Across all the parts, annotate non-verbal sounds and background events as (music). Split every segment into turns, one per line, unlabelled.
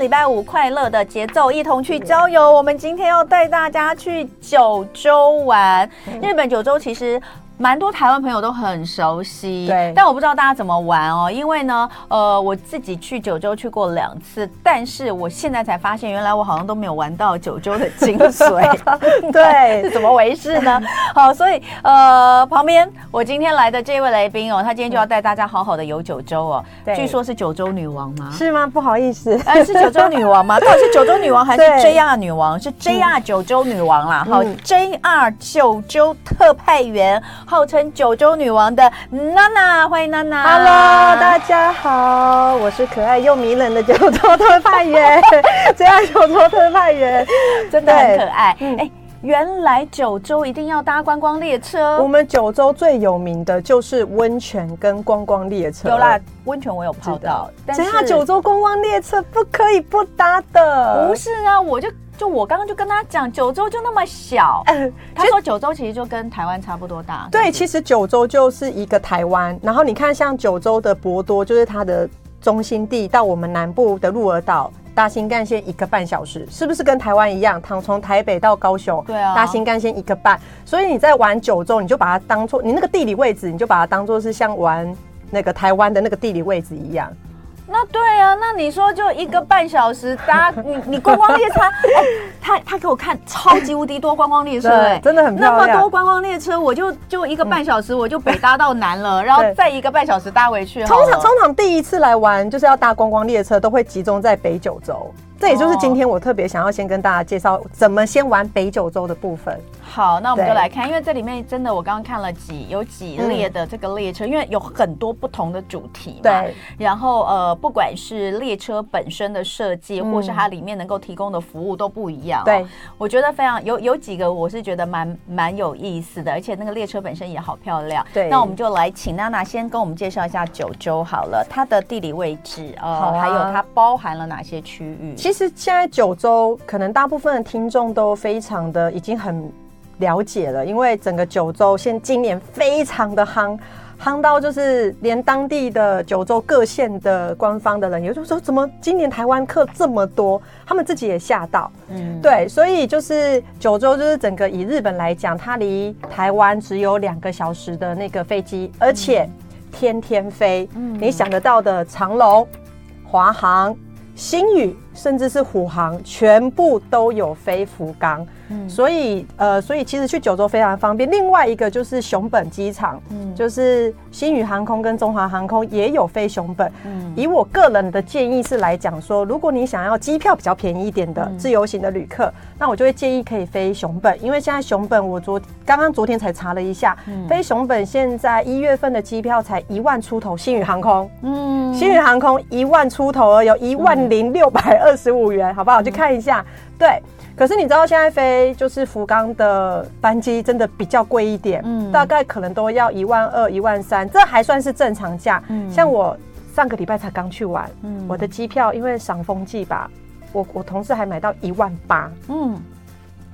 礼拜五快乐的节奏，一同去郊游。我们今天要带大家去九州玩。日本九州其实蛮多台湾朋友都很熟悉，
对
但我不知道大家怎么玩哦，因为呢，呃，我自己去九州去过两次，但是我现在才发现，原来我好像都没有玩到九州的精
(laughs)
髓。是
对，
怎么回事呢？好，所以呃，旁边我今天来的这位来宾哦，他今天就要带大家好好的游九州哦。
对
据说是九州女王吗？
是吗？不好意思，
(laughs) 哎，是九州女王吗？到底是九州女王还是
对
JR 女王？是 JR 九州女王啦，哈、
嗯
j r 九州特派员，号称九州女王的娜娜，欢迎娜娜。
Hello，大家好，我是可爱又迷人的九州特派员，这样九州特派员
真的很
对
可爱。
嗯
哎，原来九州一定要搭观光列
我
车。
们九州最有名的就是温泉跟观光列车，
有啦，温泉我有泡
知道
到，但
只
是
要九州观光列车不可以不搭
不
的。
是啊，我就就我刚刚就跟他讲，九州就那么小，
呃
他说九州其实就跟台湾差不多大。
对，其实九州就是一个台湾，然后你看像九州的博多，就是它的中心地，到我们南部的鹿儿岛。搭新干线一个半小时，是不是跟台湾一样？躺从台北到高雄，
对啊
搭新干线一个半。所以你在玩九州，你就把它当做你那个地理位置，你就把它当做是像玩那个台湾的那个地理位置一样。
那对啊，那你说就一个半小时搭
(laughs)
你你观光列车，哎他他给我看超级无敌多观光列车，
对
哎
真的很漂
那么
亮
多观光列车，我就就一个半小时我就北搭到南了，然后
对
再一个半小时搭回去好
通
了。
常通常第一次来玩就是要搭观光列车，都会集中在北九州。这也就是今天我特别想要先跟大家介绍怎么先玩北九州的部分。
好，那我们就
对
来看，因为这里面真的我刚刚看了几有几列的这个列车，因为有很多不同的主题嘛。
嗯对。
然后呃，不管是列车本身的设计，
嗯
或是它里面能够提供的服务都不一样、哦
对，
我觉得非常有有几个我是觉得蛮蛮有意思的，而且那个列车本身也好漂亮。
对
那我们就来请娜娜先跟我们介绍一下九州好了，它的地理位置呃，
好啊
还有它包含了哪些区域？
其实现在九州可能大部分的听众都非常的已经很了解了，因为整个九州现今年非常的夯。夯到就是连当地的九州各县的官方的人，也就是说，怎么今年台湾客这么多？他们自己也吓到。
嗯，
对，所以就是九州，就是整个以日本来讲，它离台湾只有两个小时的那个飞机，而且天天飞。
嗯
你想得到的长龙、华航、新宇，甚至是虎航，全部都有飞福冈。
嗯
所以呃，所以其实去九州非常方便。另外一个就是熊本机场，
嗯
就是新宇航空跟中华航空也有飞熊本。
嗯
以我个人的建议是来讲说，如果你想要机票比较便宜一点的
嗯
自由行的旅客，那我就会建议可以飞熊本，因为现在熊本我昨刚刚昨天才查了一下，
嗯
飞熊本现在一月份的机票才一万出头，新宇航空。
嗯
新宇航空一万出头而已哦，一万零六百二十五元，好不
嗯
好？去看一下。对，可是你知道现在飞就是福冈的班机真的比较贵一点，
嗯
大概可能都要一万二、一万三，这还算是正常价。
嗯
像我上个礼拜才刚去玩，
嗯
我的机票因为赏枫季吧，我我同事还买到一万八，
嗯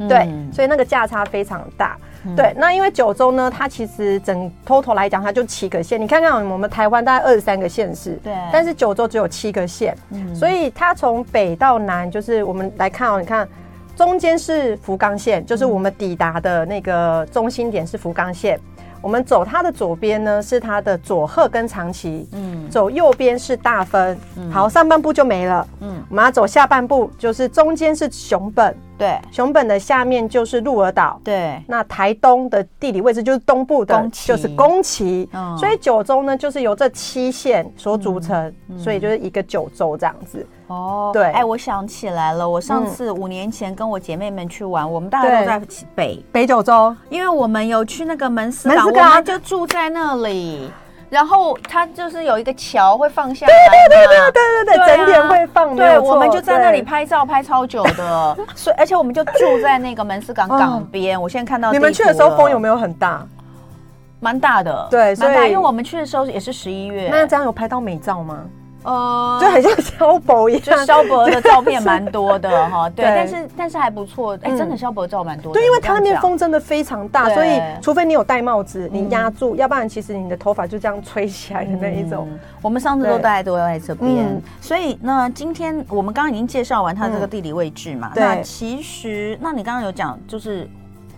对，
嗯
所以那个价差非常大。
嗯
对，那因为九州呢，它其实整 total 来讲，它就七个县。你看看我们台湾大概二十三个县市，
对
但是九州只有七个县，
嗯
所以它从北到南，就是我们来看哦，你看中间是福冈县，就是
嗯
我们抵达的那个中心点是福冈县。我们走它的左边呢是它的佐贺跟长崎，
嗯
走右边是大分，好，上半部就没了。
嗯
我们要走下半部，就是中间是熊本，
对
熊本的下面就是鹿儿岛，
对
那台东的地理位置就是东部的
宫，崎
就是宫崎，
嗯
所以九州呢就是由这七县所组成，
嗯
所以就是一个九州这样子。
哦
对
哎，我想起来了，我上
嗯
次五年前跟我姐妹们去玩，我们大家都在北，
北九州
因为我们有去那个门司港，
门司
我
港
们就住在那里。然后它就是有一个桥会放下来，对对对
对对对，
对啊
整点会放，没
对，
有错
我们就在那里。
对
拍照，拍超久
(laughs)
的，所以而且我们就住在那个门司港港边。我现在看到
嗯你们去的时候风有没有很大？
有蛮大的？
对所
蛮
以
大，因为我们去的时候也是十一月。
那这样有拍到美照吗？
呃，
就很像萧伯一
就 (laughs)
样。
萧伯的照片蛮多的
(laughs)
哈，对，
对嗯
但是但是还不错，哎，真的萧伯照蛮多的，
对，因为
你这
它
样
那边
讲
风真的非常大，
对嗯
所以除非你有戴帽子，你压住，要不然其实你的头发就这样吹起来的那一种。
嗯我们上次都
对
待都在这边
嗯，
所以那今天我们刚刚已经介绍完它这个
嗯
地理位置嘛。
对
那其实，那你刚刚有讲，就是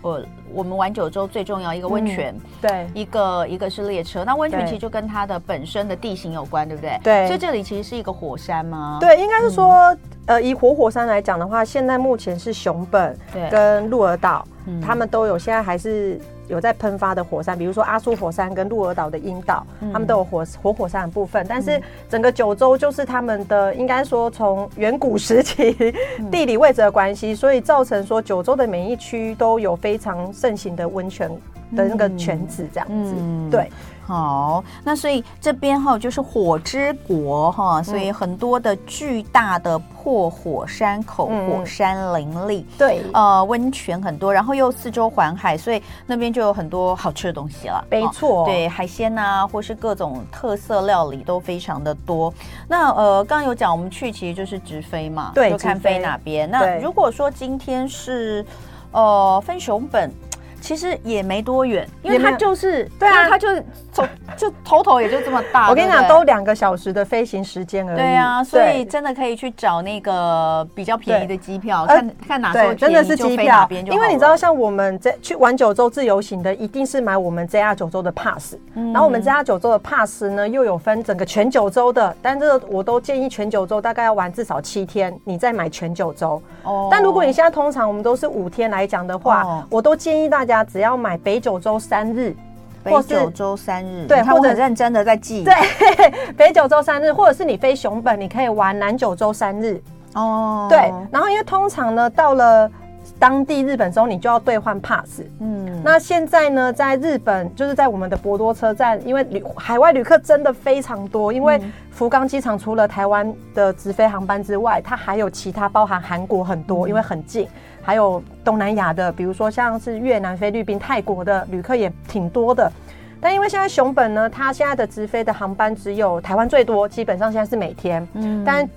我我们玩九州最重要一个温泉，
对，
一个一个是列车。那温泉
嗯对
其实就跟它的本身的地形有关，对不对？
对
所以这里其实是一个火山吗？嗯
对，应该是说，呃，以活火山来讲的话，现在目前是熊本
对
跟鹿儿岛
嗯，
他们都有现在还是有在喷发的火山，比如说阿苏火山跟鹿儿岛的樱岛，
嗯
他们都有火活火山的部分。但是整个九州就是他们的，应该说从远古时期
嗯
地理位置的关系，所以造成说九州的每一区都有非常盛行的温泉的那个泉子这样子。
嗯
对，
好，那所以这边哈就是火之国哈，所以很多的巨大的破火山口、
嗯
火山林立。
对，
呃，温泉很多，然后又四周环海，所以那边就有很多好吃的东西了。
没
哦
错，
对，海鲜呐、或是各种特色料理都非常的多。那呃，刚刚有讲我们去其实就是直飞嘛，
对
就看
直飞
飞哪边。那
对
如果说今天是呃分熊本。其实也没多远，因为
也没
它
有
就是
对啊
因为它就是从就头头也就这么大。
我跟你
对不
讲，
啊对
都两个小时的飞行时间而已。
对啊，所以
对
真的可以去找那个比较便宜的机票，
呃
看看哪时候
对，真的是机票，因为你知道，像我们这去玩九州自由行的，一定是买我们 JR 九州的 pass，、然
嗯
后我们 JR 九州的 pass 呢，又有分整个全九州的，但这个我都建议全九州大概要玩至少七天，你再买全九州。
哦
但如果你现在通常我们都是五天来讲的话，
哦
我都建议大家只要买北九州三日，
北
或是
九州三日，
对
你看我
或者
很认真的在记，
对，北九州三日，或者是你飞熊本，你可以玩南九州三日。
哦，
对，然后因为通常呢，到了当地日本之后，你就要兑换 pass。
嗯，
那现在呢，在日本就是在我们的博多车站，因为旅海外旅客真的非常多，因为福冈机场除了台湾的直飞航班之外，它还有其他包含韩国很
嗯
多，因为很近，还有东南亚的，比如说像是越南、菲律宾、泰国的旅客也挺多的。但因为现在熊本呢，它现在的直飞的航班只有台湾最多，基本上现在是每天，
嗯
但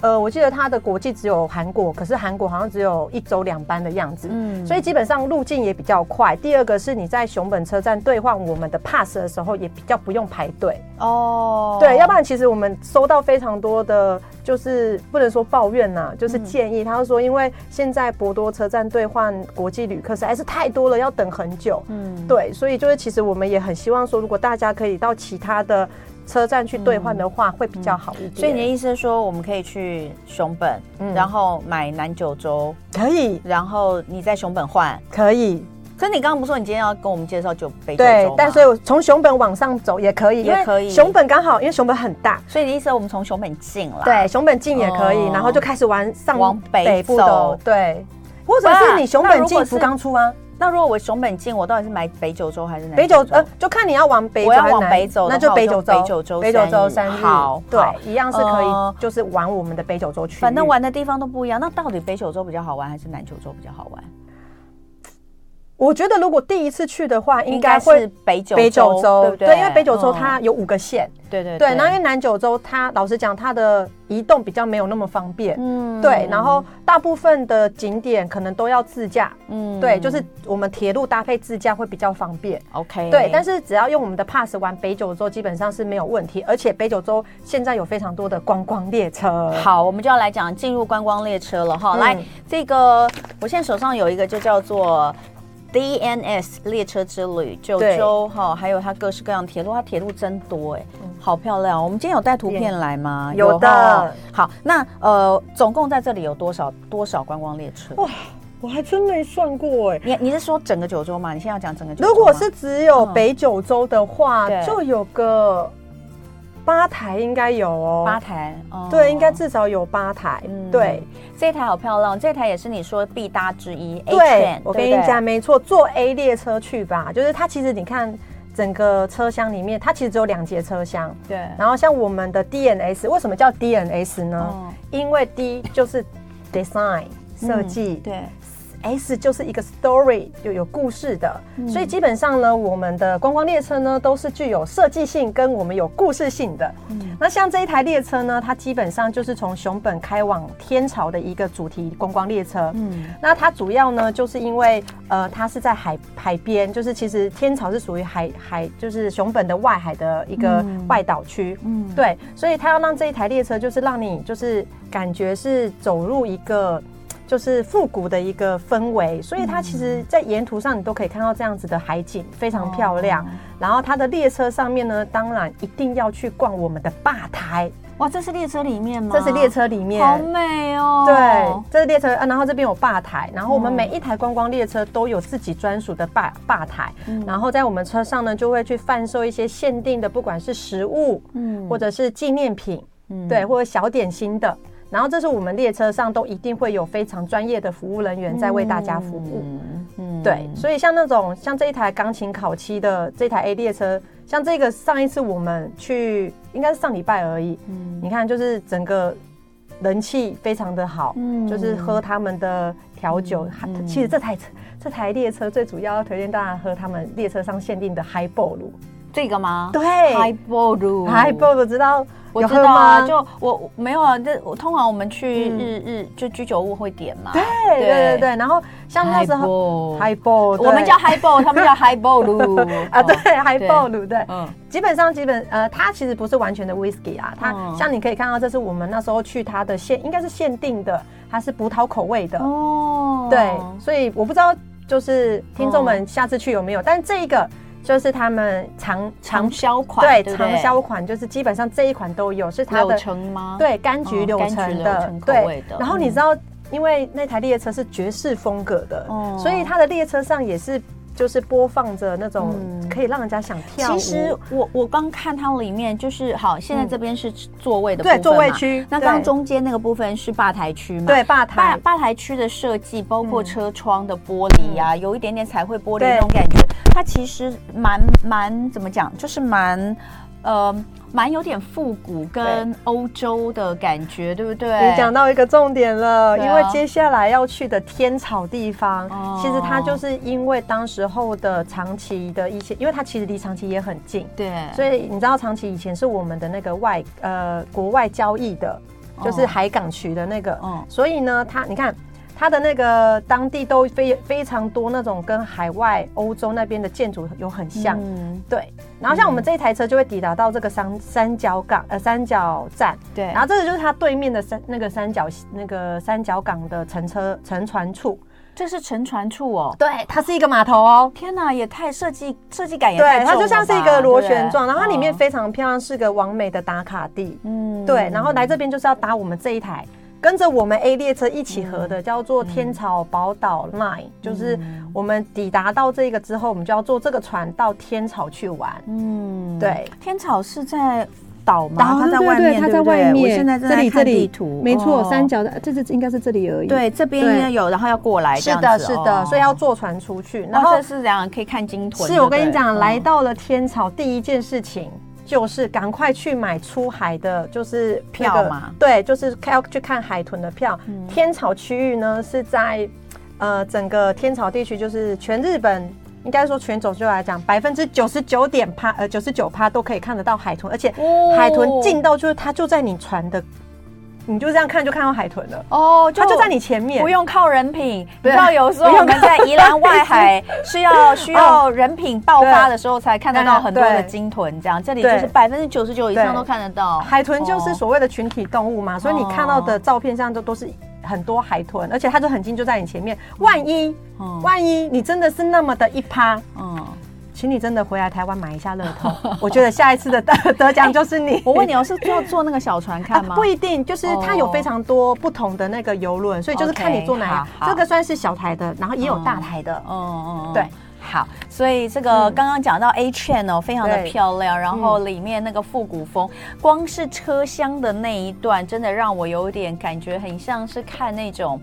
呃，我记得它的国际只有韩国，可是韩国好像只有一周两班的样子，
嗯
所以基本上路径也比较快。第二个是你在熊本车站兑换我们的 pass 的时候，也比较不用排队。
哦，
对，要不然其实我们收到非常多的，就是不能说抱怨呐、
嗯
就是建议。他就说，因为现在博多车站兑换国际旅客实在是太多了，要等很久。
嗯，
对，所以就是其实我们也很希望说，如果大家可以到其他的车站去兑换的话，会比较好一点。
嗯所以你的意思是说，我们可以去熊本，
嗯
然后买南九州，
可以，
然后你在熊本换。
可以，
可是你刚刚不是说你今天要跟我们介绍九北九州
对
吗，
但所以我从熊本往上走也可以，因
也
为
可以
熊本刚好，因为熊本很大，
所以你的意思是我们从熊本进啦，
对，，熊本近也可以，
哦
然后就开始玩上
往北
部的哦
走，
对，或者是你熊
那如
本
果
进
是
福冈出啊，
那如果我熊本进，我到底是买北九州嗯还是南
北九呃，就看你要往北走
我要
还是
往
南
北走的话
那就北
我就
九州，
北九州
北九州
三
三
日
日，
好好
对，一样是可
嗯
以，就是玩我们的北九州嗯区，
反正。玩的地方都不一样。那到底北九州比较好玩，还是南九州比较好玩？
我觉得如果第一次去的话，应
应该
该会
是。北九州，
北九
对
州
不对？
因为北九州
嗯
它有五个县，
对对
对，然后因为南九州它老实讲，它的移动比较没有那么方便，
嗯
对，然后大部分的景点可能都要自驾，
嗯
对，就是我们铁路搭配自驾会比较方便。
OK，
对，但
是
是只要用我们的 pass 玩北九州，基本上是没有问题。而且北九州现在有非常多的观光列车，
好，我们就要来讲进入观光列车了哈。
嗯
来，这个我现在手上有一个就叫做 DNS 列车之旅，九
对嗯
州哈，还有它各式各样的铁路，它铁路真多哎、好漂亮哦。我们今天有带图片来吗？
有的
哈好，那呃，总共在这里有多少多少观光列车？
哇，我还真没算过哎。
你你是说整个九州吗？你现在要讲整个九州吗？
如果是只有
嗯
北九州的话，
对
就有个八台应该有哦，
八台，哦
对，应该至少有八台。
嗯
对，
这台好漂亮，这台也是你说必搭之一。A
对
train，，
我跟你
对不对
讲，没错，坐 A 列车去吧，就是它其实你看整个车厢里面，它其实只有两节车厢。
对，
然后像我们的 DNS，为什么叫 DNS 呢？
哦
因为 D 就是 design 设计、
嗯对
S 就是一个 story，就有故事的。所以基本上呢，我们的观光列车呢都是具有设计性跟我们有故事性的。那像这一台列车呢，它基本上就是从熊本开往天朝的一个主题观光列车。嗯，那它主要呢，就是因为呃，它是在海海边，就是其实天朝是属于海海，就是熊本的外海的一个外岛区。嗯，对，所以它要让这一台列车就是让你就是感觉是走入一个。就是复古的一个氛围，所以它其
嗯
实，在沿途上你都可以看到这样子的海景，非常漂亮。
哦
然后它的列车上面呢，当然一定要去逛我们的吧台，
哇，这是列车里面吗？
这是列，车里面，
好美哦。
对，这是列车啊，然后这边有吧台，然后我们每一台观光列车都有自己专属的吧吧台，
嗯
然后在我们车上呢就会去贩售一些限定的，不管是食物，
嗯
或者是纪念品，对，或者小点心的。然后这是我们列车上都一定会有非常专业的服务人员在为大家服务，
嗯
对，所以像那种像这一台钢琴烤漆的这台 A 列车，像这个上一次我们去应该是上礼拜而已，
嗯
你看就是整个人气非常的好，
嗯
就是喝他们的调酒，哈其实这台车这台列车最主要要推荐大家喝他们列车上限定的 High Ball，
这个吗？
对
h i g h b o l
，High Ball 知道
我
有
知
喝
道啊，
吗？
就我我没有啊，这我通常我们去
嗯
日日就居酒屋会点嘛。
对对对对，然后像那时候
Highball
High Ball，
我们叫 highball，他们叫 highball
(laughs) 啊对 High Ball 对不对？
嗯，
基本上，基本呃，它其实不是完全的 whisky 啊，它、
嗯
像你可以看到，这是我们那时候去它的限，应该是限定的，它是葡萄口味的，
哦，
对，所以我不知道就是听众们下次去有没有，但这一个就是他们常
长销款，
对
不
长销款，就是基本上这一款都有，是它
柳
的
橙吗？，
对柑橘
哦
柳
柑橘
橙
柳
的，
橙口味
对
的，
然后你
嗯
知道，因为那台列车是爵士风格的，
哦
所以它的列车上也是。就是播放着那种
嗯
可以让人家想跳
其
舞，
实我我刚看它里面就是好，现在这边是座位的部分
嗯对
嘛
座位，区，
那
对
刚刚中间那个部分是吧台区嘛？
对
嗯
吧
吧
台，嗯
吧台区的设计，包括车窗的玻璃呀、有一点点彩绘玻璃那种感觉，它其实蛮蛮怎么讲，就是蛮呃蛮有点复古跟欧洲的感觉，对不对？
你讲到一个重点了，
对
因
啊
为接下来要去的天草地方，
哦
其实它就是因为当时候的长崎的一些，因为它其实离长崎也很近，
对，
所以你知道长崎以前是我们的那个外呃国外交易的，
哦
就是海港区的那个，
嗯
所以呢，它你看。它的那个当地都非非常多那种跟海外欧洲那边的建筑有很像，
嗯、
对，然后像我们这一台车就会抵达到这个三三角港呃三角站，
对
然后这个就是它对面的三那个三角那个三角港的乘车乘船处，
这是沉船处哦。
对，它是一个码头哦。
天哪，也太设计设计感也太重
对，它就
了
像是一
吧
个螺旋状，
对
然
不
后它
对
里面
嗯
非常漂亮，是个完美的打卡地。
嗯
对，然后来这边就是要搭我们这一台，跟着我们 A 列车一起合的，叫做天朝宝岛 Line，就是我们抵达到这个之后，我们就要坐这个船到天朝去玩。
嗯，
对，
天草是在岛吗？
岛
它在
哦对对
外
对
面，
它
对
在
不对
外面
我现在正
这
在
里
看
这里
地图，
没错，
哦
三角的这是应该是这里而已。
对，这边
对
应该有，然后要过来这
是
样子，
的，是的，
哦
所以要坐船出去。然
然后
后
这是这样可以看鲸豚。
是
对
我
不对
跟你讲，
嗯
来到了天朝，第一件事情就是赶快去买出海的，就是那个
票嘛嗯
对，就是要去看海豚的票。天朝区域呢是在呃整个天朝地区，就是全日本。应该说，全总就来讲，百分之九十九点趴，呃，九十九趴都可以看得到海豚，而且
哦
海豚近到就是它就在你船的，你就这样看就看到海豚了，
哦，
它就在你前面，
不用靠人品，你
对
知道有时候
不
我
用
们
靠
在宜兰外海是
(laughs)
要需要人品爆发的时候才看得到
对
很多的
对
鲸豚，这样这里就
对
是百分之九十九以上
对
都看得到。
海豚就是
哦
所谓的群体动物嘛，所以你看到的照片上都都是很多海豚，而且它就很近，就在你前面。万一，
嗯
万一你真的是那么的一趴，
嗯，
请你真的回来台湾买一下乐
(laughs)
透，我觉得下一次的得得奖就是你。
我问 (laughs) 你哦，是坐坐那个小船看吗？
啊不一定，就是它有
哦
非常多不同的那个游轮，所以就是
OK，
看你坐哪
好
一。
好
这个算是小台的，然后也有
嗯
大台的。
嗯嗯，嗯
对。
好，所以这个
嗯
刚刚讲到 A Train 哦，非常的
对嗯
漂亮，然后里面那个复古风，光是车厢的那一段，真的让我有点感觉很像是看那种。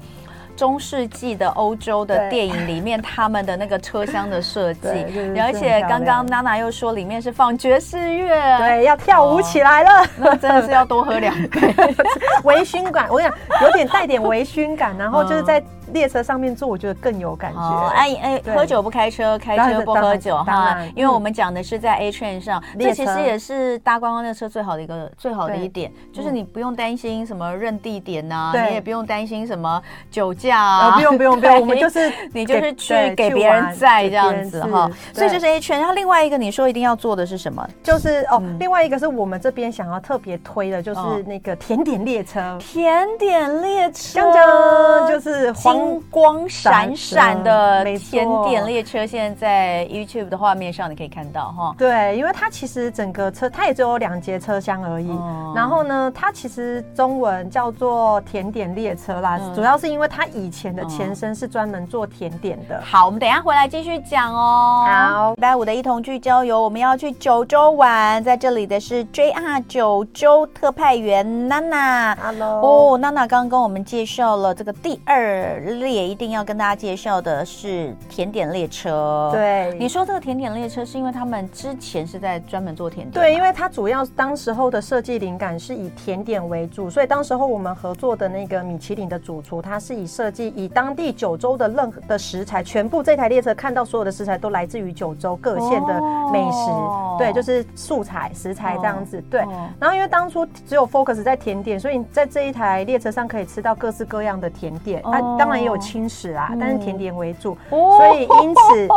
中世纪的欧洲的
对
电影里面他们的那个车厢的设计
对就是，
而
这么
且
漂
刚刚
亮
娜娜又说里面是放爵士乐，，
对，要跳舞起来了，
那真的是要多喝两杯。
(laughs) 微醺感，我跟你讲，有点带点微醺感，然后就是在列车上面坐，我觉得更有感
嗯哦，
觉。
哎哎，
对
喝酒不开车，开
当
车
然
不
当
喝
然
酒
当
哈
然，
因为我
嗯
们讲的是在 A train 上，这
列
其实
车
也是搭观光列车最好的一个最好的一
对嗯
点，就是你不用担心什么认地点呐，
对
你也不用担心什么酒驾
呃，
啊，
不用
(laughs)
不用不用，
对
我们就是
你就是
给
去
对
给
去
别人
玩
载
给
这
别
样
人
子
吃
哈，所以这
对
是 A train。然后另外一个你说一定要做的是什么？
就是哦，另外一个是我们这边想要特别推的，就是
哦
那个甜点列车，
甜点列车，
锵锵，就是
金
黄
光闪闪的
没错
甜点列车，现在在 YouTube 的画面上你可以看到哈。
对，因为它其实整个车，它也只有两节车厢而已。
哦
然后呢，它其实中文叫做甜点列车啦，
嗯
主要是因为它以前的
哦
前身是专门做甜点的。
好，我们等一下回来继续讲哦。
好
礼拜五的一同去郊游，我们要去九州玩，在这里的是 JR 九州特派员娜娜。
Hello，
哦，娜娜刚刚跟我们介绍了这个第二列，一定要跟大家介绍的是甜点列车。，
对，
你说这个甜点列车是因为他们之前是在专门做甜点吗，
对，因为它主要当时候的设计灵感是以甜点为主，所以当时候我们合作的那个米其林的主厨，他是以设计以当地九州的任何的食材，全部这台列车看到所有的食材都来自于九州各县的美食，
哦
对，就是素材食材这样子，对。
哦
然后因为当初只有 focus 在甜点，所以你在这一台列车上可以吃到各式各样的甜点，
哦
啊，当然也有轻食啊，
嗯
但是甜点为主，
哦
所以因此。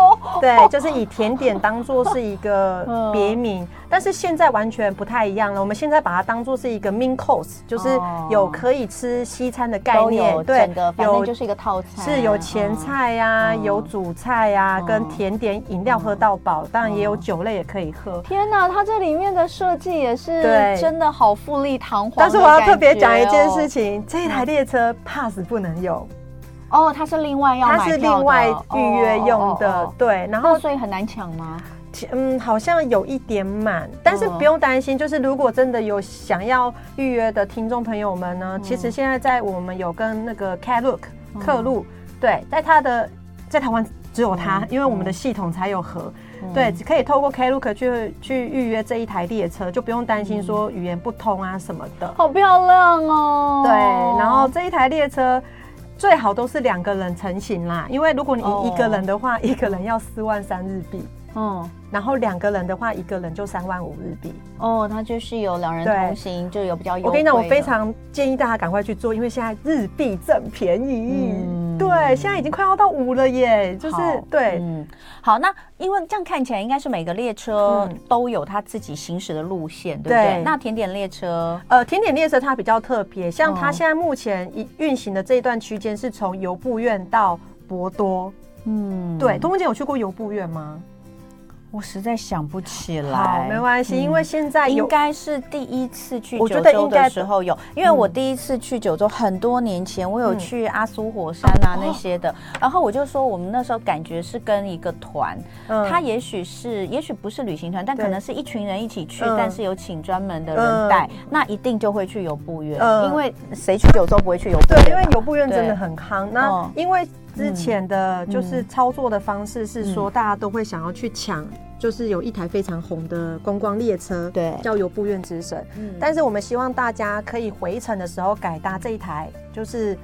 对，
(laughs)
就是以甜点当做是一
嗯
个别名，但是现在完全不太一样了。我们现在把它当做是一个 main course，就是有可以吃西餐的概
都
念
有，整个，反正
有
就是一个套餐，啊
是有前菜呀、
嗯
有主菜呀、
嗯
跟甜点、饮料喝到饱，当然也有
嗯
酒类也可以喝。
天哪，它这里面的设计也是
对
真的哦好富丽堂皇、
但是我要特别讲一件事，情，这一台列车 pass 不能有，
哦，它是另外要买
它
票的
是另外预约用的，
哦哦哦哦
对。然后
那所以很难抢吗？
嗯，好像有一点满，但
哦
是不用担心，就是如果真的有想要预约的听众朋友们呢，其实现在在我们有跟那个 c a l o o k
嗯
客路，对，在它的在台湾只有它，
嗯
因为我们的系统才有合，
嗯
对，只可以透过 c a l o o k 去去预约这一台列车，就不用担心
嗯
说语言不通啊什么的。
好漂亮哦。
对，然后这一台列车。最好都是两个人成型啦，因为如果你
哦
一个人的话，一个人要四万三日币。
嗯。
然后两个人的话，一个人就三万五日币。
哦，它就是有两人
对
同行，就有比较优惠的。
我跟你讲，我非常建议大家赶快去做，因为现在日币正便宜。
嗯
对，现在已经快要到五了耶，就是
好
对。
嗯，好，那因为这样看起来，应该是每个列车
嗯
都有它自己行驶的路线，对不对
对？
那甜点列车，
呃，甜点列车它比较特别，像
哦
它现在目前一运行的这一段区间是从游步院到博多。
嗯，
对，通姐有去过游步院吗？
我实在想不起来，嗯
好，没关系，因为现在
应
有
该是第一次去
我觉
九
得
州
应该
的
的
时候有，因为我第一次去九州很多年前，我有
嗯哦
去阿苏火山啊那些的，然后我就说我们那时候感觉是跟一个团，
嗯
他也许是也许不是旅行团，但
对
可能是一群人一起去，
嗯
但是有请专门的人带，那一定就会去游步院，
嗯
因为谁去九州不会去游步
对，
院
因为
嘛？
游步院真
啊对
的很夯。
哦
那因为之前的就是操作的方式是说，
嗯
大家都会想要去抢，就是有一台非常红的观光列车，
对
叫游步院之神。
嗯
但是我们希望大家可以回程的时候改搭这一台，就是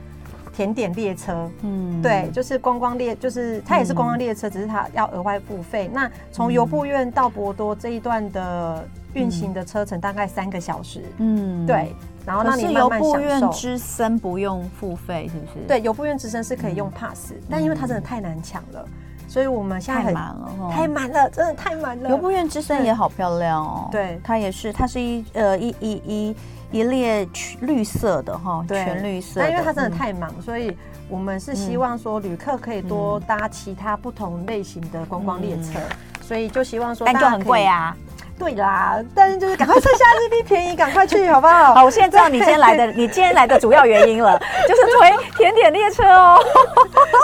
甜点列车。
嗯
对，，就是观光列，就是它也是观光列车，只是它要额外付费。那从游步院到博多这一段的运行的车程大概三个小时，
嗯。
对。然后
可
让
是
你
游
慢慢
步
享受
院。之森不用付费，是不是？，
对，有部院直升是可
嗯
以用 pass，、但因为它真的太难抢了，所以我们现在
太
很
满了哦哈，
太满了，真的太满了。
游步院之森也好漂亮哦，
对
它也是，它是一呃一一一一列全绿色的哈，
对
全绿色的，
但因为它真的
嗯
太忙，所以我们是希望说旅客可以
嗯
多搭其他不同类型的观光列车，所以就希望说，
嗯但就很贵。啊。
对啦，但是就是赶快趁现在日币便宜，赶快去好不好？
好，我现在知道你今天来
(laughs)
的，你今天来的主要原因了，就是推甜点列车
(laughs)
哦。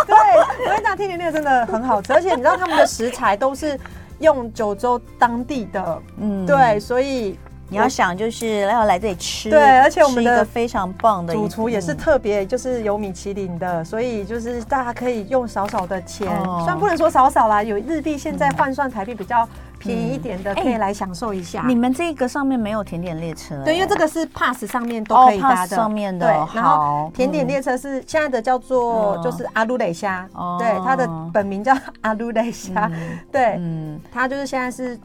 对，我跟你讲，天甜列真的很好吃，而且你知道他们的食材都是用九州当地的，
嗯
对，所以
你要想就是要来这里吃，
对而且我们的
吃一个非常棒的一
主厨也是
嗯
特别，就是有米其林的，所以就是大家可以用少少的钱，
哦
虽然不能说少少啦，有日币现在换算台币比较便宜一点的，
哎
可以来享受一下。
你们这个上面没有甜点列车欸，
对，因为这个是 Pass 上面都可以
哦
搭
，Pass
的，
上面的
对，然后
好
甜点列车是现在的叫做
嗯
就是阿鲁蕾虾
哦，
对，它的本名叫阿鲁蕾虾，对，
嗯，
它就是现在是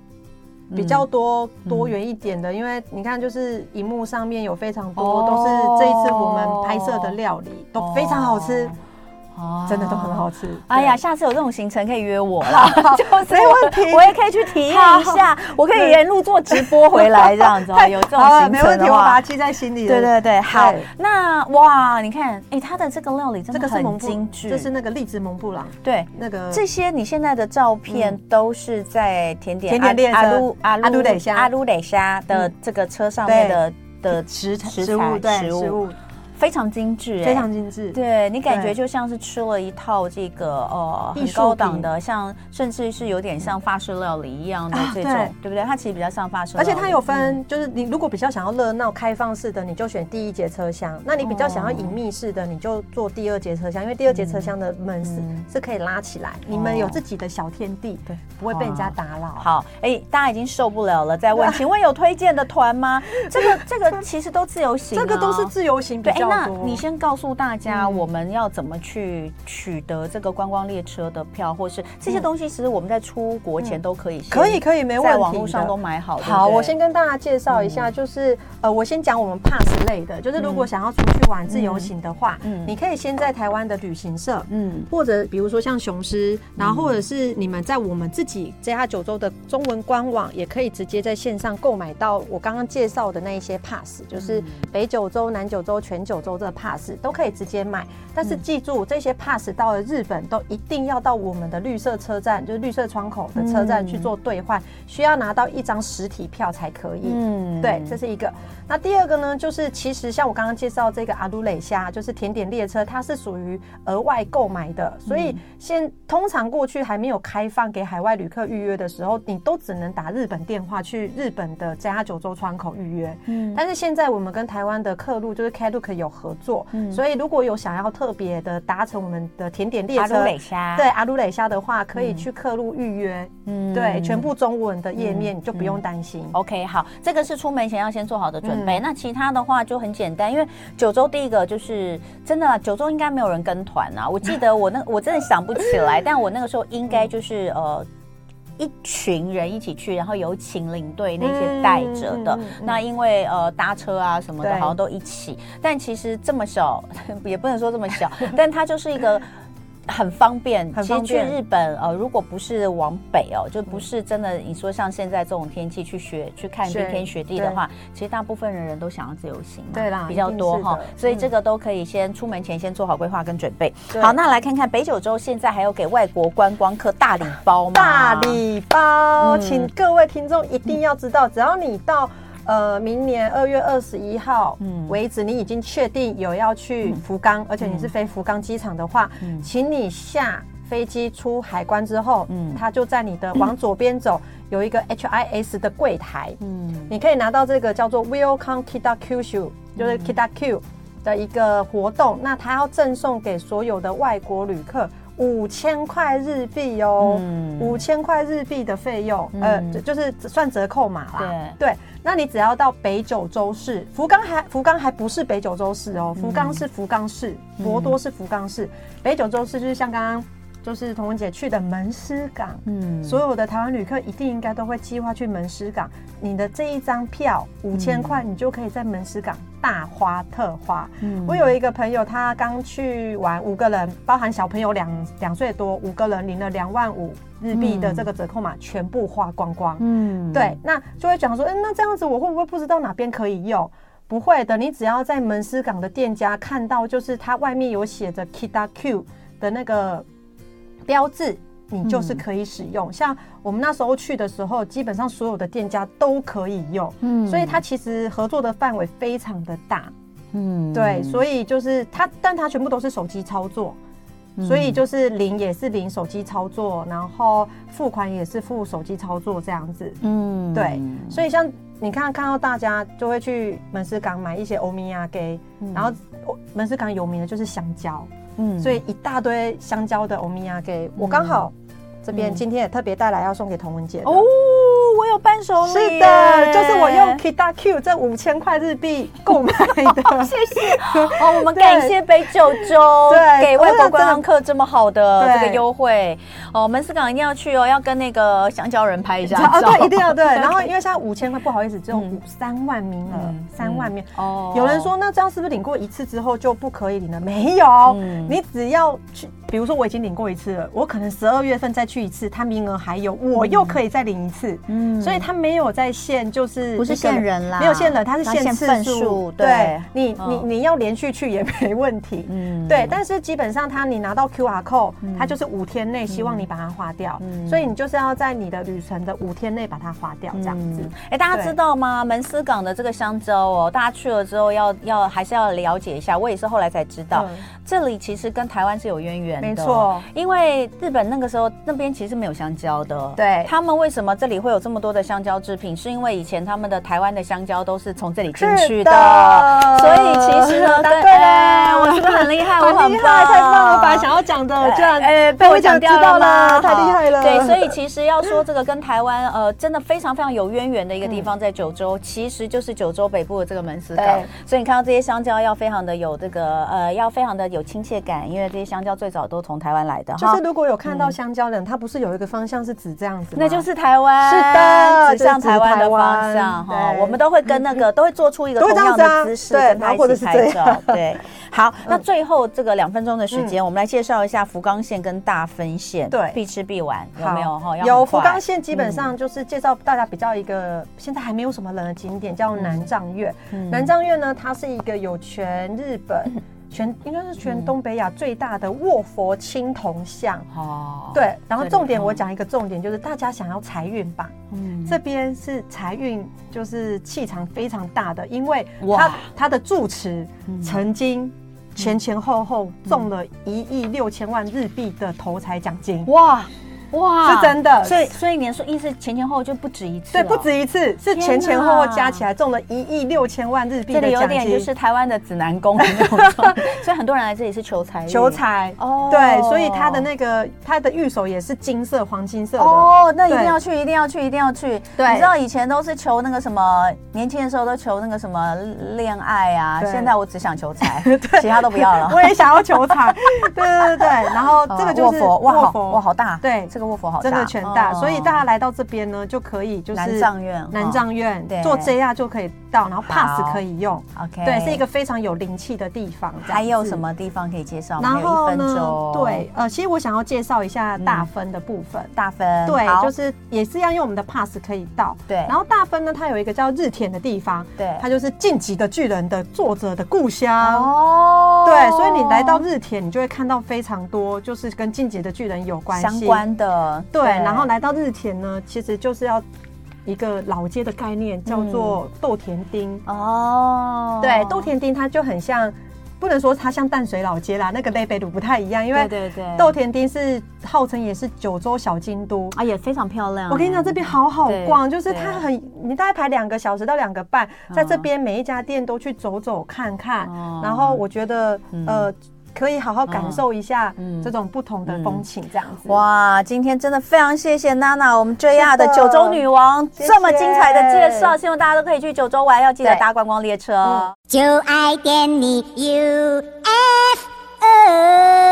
比较多
嗯
多元一点的，因为你看，就是荧幕上面有非常多
哦
都是这一次我们拍摄的料理都非常好吃，
哦
真的都很好。吃。
哎呀，下次有这种行程可以约我啦， (laughs) 就是
没问题
我也可以去体验一下，我可以沿路做直播回来这样子
对，
哦。有这种
好了
行
没
程
问题，
的
我把它
话，
记在心里了。
对对对，好
对。
那哇，你看，哎，它的这个料理真
这
的
个是蒙
很
布
精，致，
这是那嗯个荔枝蒙布朗，
对。
那个
这些你现在的照片都是在甜点
嗯甜点列车
阿鲁阿
阿鲁蕾虾
阿鲁蕾虾的这个车上面的的
食材
食
食物
材
对
食
食
物
物
非常精致，哎
非常精致。
对你感觉
对
就像是吃了一套这个呃
艺
很
术
高档
品
的，像甚至是有点像法式料理一样的
啊
这种，
对
对不对？啊嗯它其实比较像法式料
而
理，
且它有分，就是你如果比较想要热闹开放式的，你就选第一节车厢；那你比较想要隐秘式的，你就坐第二节车厢，因为第二节车厢的门是
嗯哦
是可以拉起来，你们有自己的小天地，对，不会被人家打扰。
好，哎，大家已经受不了了，再
(laughs)
问，请问有推荐的团吗？这个这个其实都自由行啊，
这个都是自由行比
对，哎，
较
那
多。
你先告诉大家，
嗯
我们要怎么去取得这个观光列车的票，或是这些东西，其实我们在出国前都可以先，
嗯可以可以没问题
在
的
网络上都买好。对不嗯
好，
对
我先跟大家介绍一下，就是呃，我先讲我们 pass 类的，就是如果想要出去玩自由行的话，
嗯嗯
你可以先在台湾的旅行社，
嗯
或者比如说像雄狮，然后或者是你们在我们自己 JR 九州的中文官网，也可以直接在线上购买到我刚刚介绍的那一些 pass，就是
嗯
北九州、南九州、全九州这 pass 都可以直接买。但
嗯
是记住，这些 pass 到了日本都一定要到我们的绿色车站，就是绿色窗口的车站
嗯
去做兑换，需要拿到一张实体票才可以。
嗯
对，这是一个。那第二个呢，就是其实像我刚刚介绍这个阿鲁蕾虾，就是甜点列车，它是属于额外购买的，所以现通常过去还没有开放给海外旅客预约的时候，你都只能打日本电话去日本的加九州窗口预约。
嗯
但是现在我们跟台湾的客路就是 Klook 有合作，
嗯
所以如果有想要特别的搭乘我们的甜点列
阿
车，
鲁蕾虾，
对，阿鲁蕾虾的话，可以去客路预约，
嗯
对，全部中文的页面，你就不用担心。
OK，好，这个是出门前要先做好的准备。那其他的话就很简单，因为九州第一个就是真的啦，啊九州应该没有人跟团啊。我记得我那我真的想不起来，但我那个时候应该就是呃。一群人一起去，然后由请领队那些带着的。
嗯嗯嗯嗯
那因为呃搭车啊什么的，
对
好像都一起。但其实这么小， (laughs) 也不能说这么小，但它就是一个很方便。
很
其
方
实去
便嗯
日本呃，如果不是往北哦，就不是真的你说像现在这种天气去雪去看
雪
冰天雪地的话，其实大部分的人都想要自由行嘛，
对啦
比较多哈
一定是。的嗯
所以这个都可以先出门前先做好规划跟准备。
对
好，那来看看北九州现在还有给外国观光客大礼包吗？
大礼包，
嗯
请各位听众一定要知道，只要你到。呃，明年二月二十一号
嗯
为止，你已经确定有要去福冈，而且你是飞福冈机场的话，
嗯
请你下飞机出海关之后，
嗯
它就在你的往左边走、有一个 HIS 的柜台，
嗯，
你可以拿到这个叫做 Welcome Kita Kyushu，就是
嗯
Kita Q 的一个活动。那它要赠送给所有的外国旅客五千块日币哦
嗯，
五千块日币的费用，
嗯
呃，就就是算折扣码啦。
对
对，那你只要到北九州市，福冈还福冈还不是北九州市
嗯
哦，福冈是福冈市，博多是福冈市，北九州市就是像刚刚就是童文姐去的门司港，
嗯，
所有的台湾旅客一定应该都会计划去门市港。你的这一张票五千块，你就可以在门市港大花特花。
嗯
我有一个朋友，他刚去玩，五个人，包含小朋友两两岁多，五个人领了两万五日币的这个折扣码，全部花光光。
嗯
对，那就会讲说，嗯，那这样子我会不会不知道哪边可以用？不会的，你只要在门市港的店家看到，就是它外面有写着 Kita Q 的那个标志，你就是可以使
嗯
用。像我们那时候去的时候，基本上所有的店家都可以用，
嗯
所以它其实合作的范围非常的大。
嗯
对，所以就是它，但它全部都是手机操作。
嗯
所以就是领也是领手机操作，然后付款也是付手机操作这样子。
嗯，
对，所以像你看看到大家就会去门市港买一些欧米亚给，然后哦门市港有名的就是香蕉，
嗯
所以一大堆香蕉的欧米亚给。我刚好这边今天也特别带来要送给童文姐的。
哦，我有伴手礼，
是的，就是
(laughs)
我用 Kita Q 这五千块日币购买的。
谢谢哦，我们感谢北九州
对哦
给外国观光客这么好的这个优惠哦，门司港一定要去哦，要跟那个香蕉人拍一下
啊，
照
对，一定要对。然后因为现在五千块，不好意思，只有
嗯
五三万名额
嗯，
三万名。
哦
有人说，那这样是不是领过一次之后就不可以领了？没有，
嗯
你只要去，比如说我已经领过一次了，我可能十二月份再去一次，它名额还有，我又可以再领一次。
嗯
所以它没有在限，就是
不是
一个
限人啦
没有限人，它是
它
限
限
次
份
数
数。
对
对
你，你
嗯
你要连续去也 (laughs) 没问题。
嗯
对，但是基本上它你拿到 QR code，、它就是五天内希望你把它划掉，
嗯
所以你就是要在你的旅程的五天内把它划掉，这样子。
嗯哎、大家知道吗？门司港的这个香蕉哦，大家去了之后要要还是要了解一下。我也是后来才知道，
嗯
这里其实跟台湾是有渊源的。哦
没错，
因为日本那个时候那边其实没有香蕉的。
对
他们为什么这里会有这么多的香蕉制品？是因为以前他们的台湾的香蕉都是从这里进去的，
是的
所以其实呢，
答对了
哎我是不是很厉害？我
很
很
厉害，
棒，
太棒了！把想要讲的居然
哎
被我讲知道
吗
了，太厉害了。
对，所以其实要说这个跟台湾呃真的非常非常有渊源的一个地方，在九州，其实就是九州北部的这个门司港
嗯对。
所以你看到这些香蕉要非常的有这个呃要非常的有亲切感，因为这些香蕉最早都从台湾来的哈，
就是如果有看到香蕉的人，它不是有一个方向是指这样子吗，
嗯那就是台湾，
啊是的
指向台湾的
就是
方
指台湾
向哈，
对嗯
我们都会跟那个都会做出一个
都会
同
这
样
样子啊
的姿势，
对
跟
然
他
后或者
一
是
起
这
拍照
样。 (laughs) 嗯
对，好，那最后这个两分钟的时间，我们来介绍一下福冈县跟大分县，
对
必吃必玩，有
好
没有哈？要
有
很
福
快嗯
冈县，基本上就是介绍大家比较一个现在还没有什么人的景点，叫南藏岳。
嗯
南藏岳呢，它是一个有全日本、
(laughs)
全应该是全东北亚最大的卧佛青铜像。
哦，
对，然后
对
重点
嗯
我讲一个重点，就是大家想要财运吧，
嗯，
这边是财运，就是气场非常大的，因为
哇嗯
它它的住持曾经前前后后中了一亿六千万日币的头财奖金。
哇哇
是真的
所以所以你说意思前前后后就不止一次
对，
哦，
不止一次，是前前后后加起来中了一亿六千万日币
这
的
里有
奖
点
金，
就是台湾的指南宫的那种状
(laughs)
态，所以很多人来这里是求财运
求财
哦
对，所以他的那个他的玉手也是金色、黄金色的。
哦，那一定
对
要去，一定要去，一定要去。
对
你知道以前都是求那个什么，年轻的时候都求那个什么恋爱啊，
对
现在我只想求
(laughs)
财，其他都不要了。哦
我也想要求财，对对对对。然后 (laughs) 这个就
呃卧
是
佛，哇
卧
好哇好大，
对
这个卧佛好大，
真的全大，
哦
所以大家来到这边呢，就可以就是
南藏院哦
南藏院
对
坐 JR 就可以到，然后 pass
好
可以用，
OK，
对，是一个。非常有灵气的地方。这样
还有
子
什？么地方可以介绍吗？
然
还有
后
一分
呢
钟，，
对，呃，其实我想要介绍一下大分的部分。
大分，
对，
嗯好
就是也是要用我们的 pass 可以到。
对
然后大分呢，它有一个叫日田的地方，
对
它就是《晋级的巨人》的作者的故乡。
哦，
对，所以你来到日田，你就会看到非常多就是跟《进击的巨人》有关系
相关的，
对，然后来到日田呢，其实就是要一个老街的概念，叫做豆田町。
嗯哦，
对，豆田町它就很像，不能说它像淡水老街啦，那个北北鲁不太一样，因为
对对对，
豆田町是号称也是九州小京都。
啊也非常漂亮。
我跟你讲，这边好好逛，
对
就是它很，你大概排两个小时到两个半，在这边每一家店都去走走看看，
哦
然后我觉得
嗯
呃，可以好好感受一下
嗯
这种不同的风情，这样子。
哇，今天真的非常谢谢娜娜，我们 JR 的
是的
九州女王
谢谢
这么精彩的介绍，希望大家都可以去九州玩，要记得
对
搭哦观光列车。
嗯
就爱点你 UFO。